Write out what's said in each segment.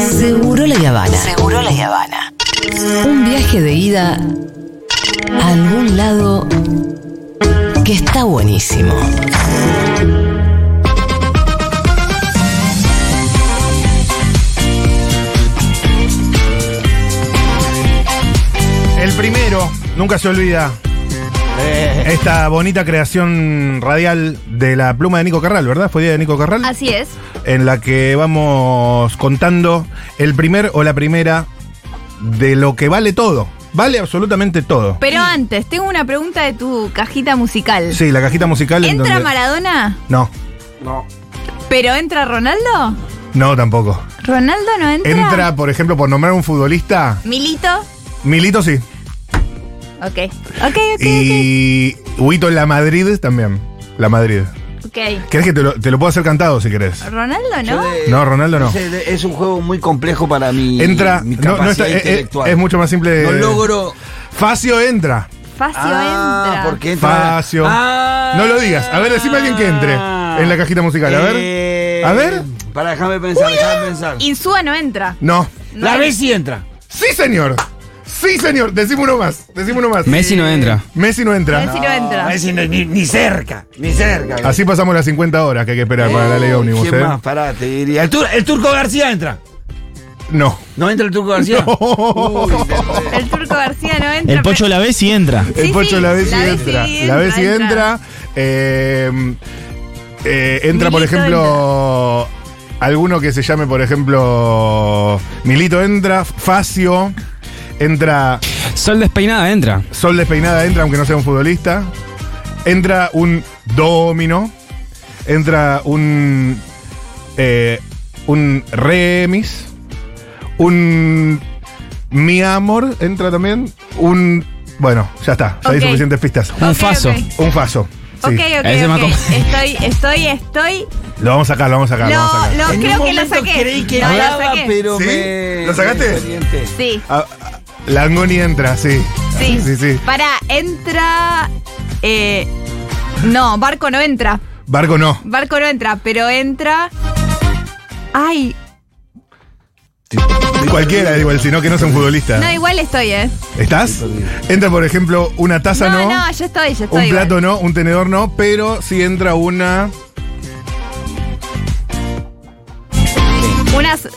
Seguro la Habana. Seguro la Habana. Un viaje de ida a algún lado que está buenísimo. El primero, nunca se olvida, Eh. esta bonita creación radial de la pluma de Nico Carral, ¿verdad? Fue día de Nico Carral, Así es. en la que vamos contando el primer o la primera de lo que vale todo. Vale absolutamente todo. Pero antes, tengo una pregunta de tu cajita musical. Sí, la cajita musical. en ¿Entra donde- Maradona? No, ¿Pero entra Ronaldo? no tampoco. ¿Ronaldo no entra? Entra, por ejemplo, por nombrar un futbolista, Milito. Milito sí. Ok. Ok, ok, Y Huito en la Madrid también. La Madrid. ok. Ok. ¿Querés que te lo, te lo puedo hacer cantado si querés? ¿Ronaldo Yo no? de- No, Ronaldo no. sé, de- Es un juego muy complejo para mi, Entra. mi no, no está- capacidad eh, eh, intelectual. es mucho más eh, simple. No logro. Facio entra. Facio Ah, entra. porque entra. Facio. Ah. No lo digas. A ver, decime a alguien que entre en la cajita musical. A ver. Eh, A ver. Para dejarme pensar, dejarme pensar. Insúa no entra. No. La Messi entra. Sí, señor. Sí, señor. Decime uno más. Decime uno más. Messi no entra. Messi no entra. Messi no entra. Eh, Messi no- ni, ni cerca. Ni cerca. Así pasamos las 50 horas que hay que esperar para la ley Eh, ómnibus. ¿Quién ¿eh? más? Pará, te diría. El, tur- el Turco García entra. No. ¿No entra el Turco García? Uy, te- El turco García no entra. El Pocho la ve si entra. El Sí, pocho sí, la vez la y vez entra. sí La entra, vez y entra. entra. Eh, eh, entra, por Milito ejemplo, alguno que se llame, por ejemplo, Milito entra, Facio entra, Sol despeinada entra. Sol Despeinada entra, aunque no sea un futbolista. Entra un Domino. Entra un. eh, un Remis. Un. Mi amor entra también. Un. Bueno, ya está. Ya hay Ok. suficientes pistas. Ok, Un faso. ok. Un faso. Sí. Ok, ok, Ese es más ok. complejo. Estoy, estoy, estoy. Lo vamos a sacar, lo vamos a sacar, lo vamos a Lo, sacar. lo, en creo un que lo momento saqué. Creí que No, lo hablaba, saqué. pero ¿Sí? me- ¿Lo sacaste? me orienté. Sí, Ah, ah, Langoni entra, sí. sí. Sí, sí. Pará, entra. eh, no, Barco no entra. Barco no. Barco no entra, pero entra. Ay, Cualquiera, igual, sino que no sea un futbolista. no, igual estoy, ¿eh? ¿Estás? Entra, por ejemplo, una taza No, no, yo estoy, yo estoy. Un igual. plato no, un tenedor no, pero si entra una. Unas-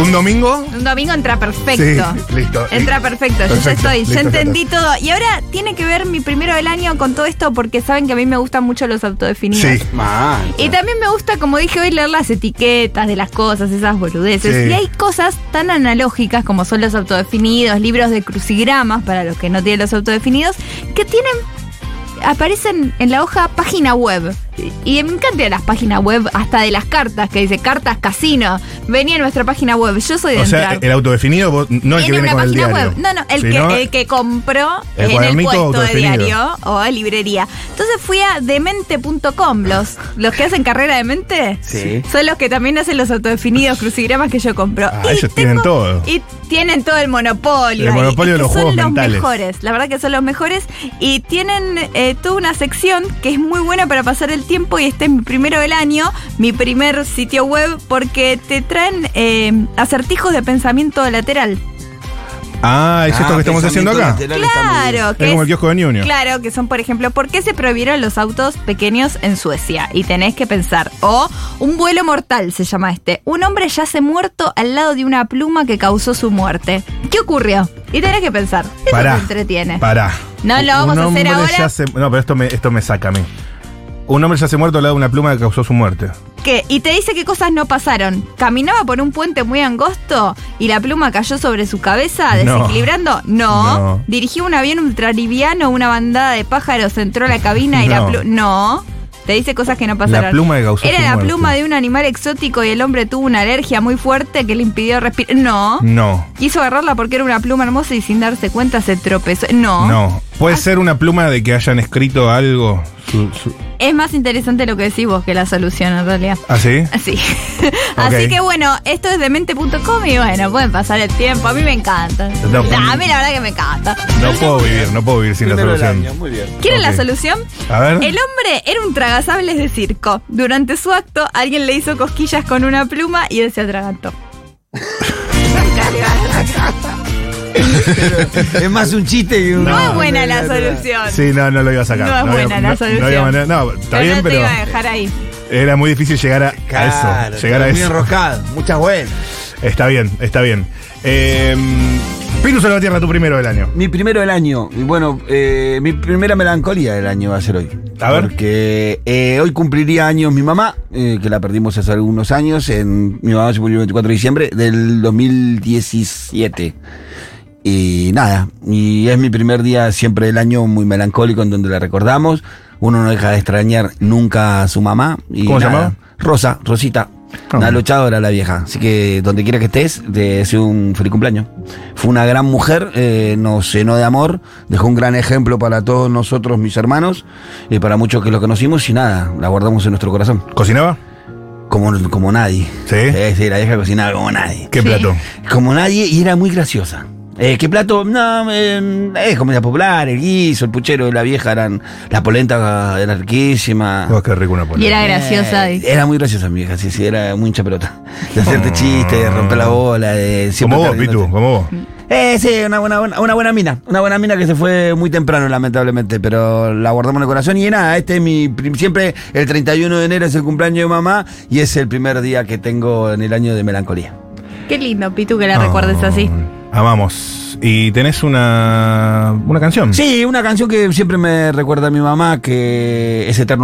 ¿Un domingo? un domingo entra perfecto. Sí, listo. Entra perfecto, yo Perfecto, ya estoy, listo, ya ya entendí todo. Y ahora tiene que ver mi primero del año con todo esto porque saben que a mí me gustan mucho los autodefinidos. Sí. Mal. Y también me gusta, como dije hoy, leer las etiquetas de las cosas, esas boludeces. Sí. Y hay cosas tan analógicas como son los autodefinidos, libros de crucigramas para los que no tienen los autodefinidos, que tienen. aparecen en la hoja página web. Y y me encantan las páginas web, hasta de las cartas, que dice cartas casino. Venía a nuestra página web. Yo soy de O sea, entrar. el autodefinido vos- no el que Tiene viene una con el página diario. web. No, no, el, sino que, el que compró el en el cuadernito puesto de autodefinido. diario o a librería. Entonces fui a demente.com. Los, los que hacen carrera de mente Sí. son los que también hacen los autodefinidos crucigramas que yo compro. Ah, Y ellos tienen todo. Y tienen todo el monopolio. El ahí. monopolio Es de los que juegos Son los mentales. mejores. La verdad que son los mejores. Y tienen eh, toda una sección que es muy buena para pasar el tiempo. Y este es mi primero del año, mi primer sitio web, porque te traen eh, acertijos de pensamiento lateral. Ah, es esto Ah, que estamos haciendo pensamiento acá. lateral está muy bien. Claro, Es que como el es- kiosco de Ñuño. Claro, que son, por ejemplo, ¿por qué se prohibieron los autos pequeños en Suecia? Y tenés que pensar. O un vuelo mortal se llama este. Un hombre yace muerto al lado de una pluma que causó su muerte. ¿Qué ocurrió? Y tenés que pensar. Eso Pará. te entretiene. Pará. No lo Un vamos a hacer hombre ahora. ya se- no, pero esto me, esto me saca a mí. Un hombre ya se muerto al lado de una pluma que causó su muerte. ¿Qué? Y te dice qué cosas no pasaron. Caminaba por un puente muy angosto y la pluma cayó sobre su cabeza, No. desequilibrando. No. No. Dirigió un avión ultraliviano, una bandada de pájaros entró a la cabina y la No. pluma. No. Te dice cosas que no pasaron. La pluma que causó Era su la muerte. pluma de un animal exótico y el hombre tuvo una alergia muy fuerte que le impidió respirar. No. No. Quiso agarrarla porque era una pluma hermosa y sin darse cuenta se tropezó. No. Ah. No. ¿Puede ser una pluma de que hayan escrito algo? Su- su- Es más interesante lo que decís vos que la solución en realidad. ¿Ah, sí? Así. Así Ok. que bueno, esto es demente.com y bueno, pueden pasar el tiempo. A mí me encanta. No, Nah, a mí la verdad que me encanta. No puedo vivir, no puedo vivir sin la Primero del solución. año, Muy bien. ¿Quieren Ok. la solución? A ver. El hombre era un tragasables de circo. Durante su acto, alguien le hizo cosquillas con una pluma y él se atragantó. es más un chiste que un. No, es buena la solución. Sí, no, no lo iba a sacar. No es buena había- la no- No, había solución. manera- no, está Pero bien, no te pero iba a dejar ahí. era muy difícil llegar a, a Claro, eso. Llegar a muy eso. enroscado. Muchas buenas. Está bien, está bien. Eh, Pino sobre la Tierra, tu primero del año. Mi primero del año, y bueno, eh, mi primera melancolía del año va a ser hoy. A ver. Porque eh, hoy cumpliría años mi mamá, eh, que la perdimos hace algunos años. En, mi mamá se murió el 24 de diciembre del 2017. Y nada, y es mi primer día siempre del año muy melancólico en donde la recordamos. Uno no deja de extrañar nunca a su mamá. Y ¿Cómo se nada. llamaba? Rosa, Rosita. Ah. Una luchadora la vieja. Así que donde quiera que estés, te deseo un feliz cumpleaños. Fue una gran mujer, eh, nos llenó de amor, dejó un gran ejemplo para todos nosotros, mis hermanos, y para muchos que lo conocimos, y nada, la guardamos en nuestro corazón. ¿Cocinaba? Como, como nadie. Sí. Eh, sí, la vieja cocinaba como nadie. ¿Qué Sí. plato? Como nadie, y era muy graciosa. Eh, ¿Qué plato? No, eh, es comida popular, el guiso, el puchero de la vieja eran. La polenta era riquísima. Oh, qué rico una polenta. Y era graciosa. Eh, y- Era muy graciosa mi vieja, sí, sí, era muy hincha pelota. De hacerte chiste, de romper la bola, de Mm. Como siempre. vos, perdiéndote. Pitu, como vos. Eh, sí, una buena, buena- una buena mina. Una buena mina que se fue muy temprano, lamentablemente, pero la guardamos en el corazón. Y nada, este es mi. prim- Siempre el 31 de enero es el cumpleaños de mamá y es el primer día que tengo en el año de melancolía. Qué lindo, Pitu, que la recuerdes así. Ah, Amamos. Y tenés una, una canción. Sí, una canción que siempre me recuerda a mi mamá, que es eterno.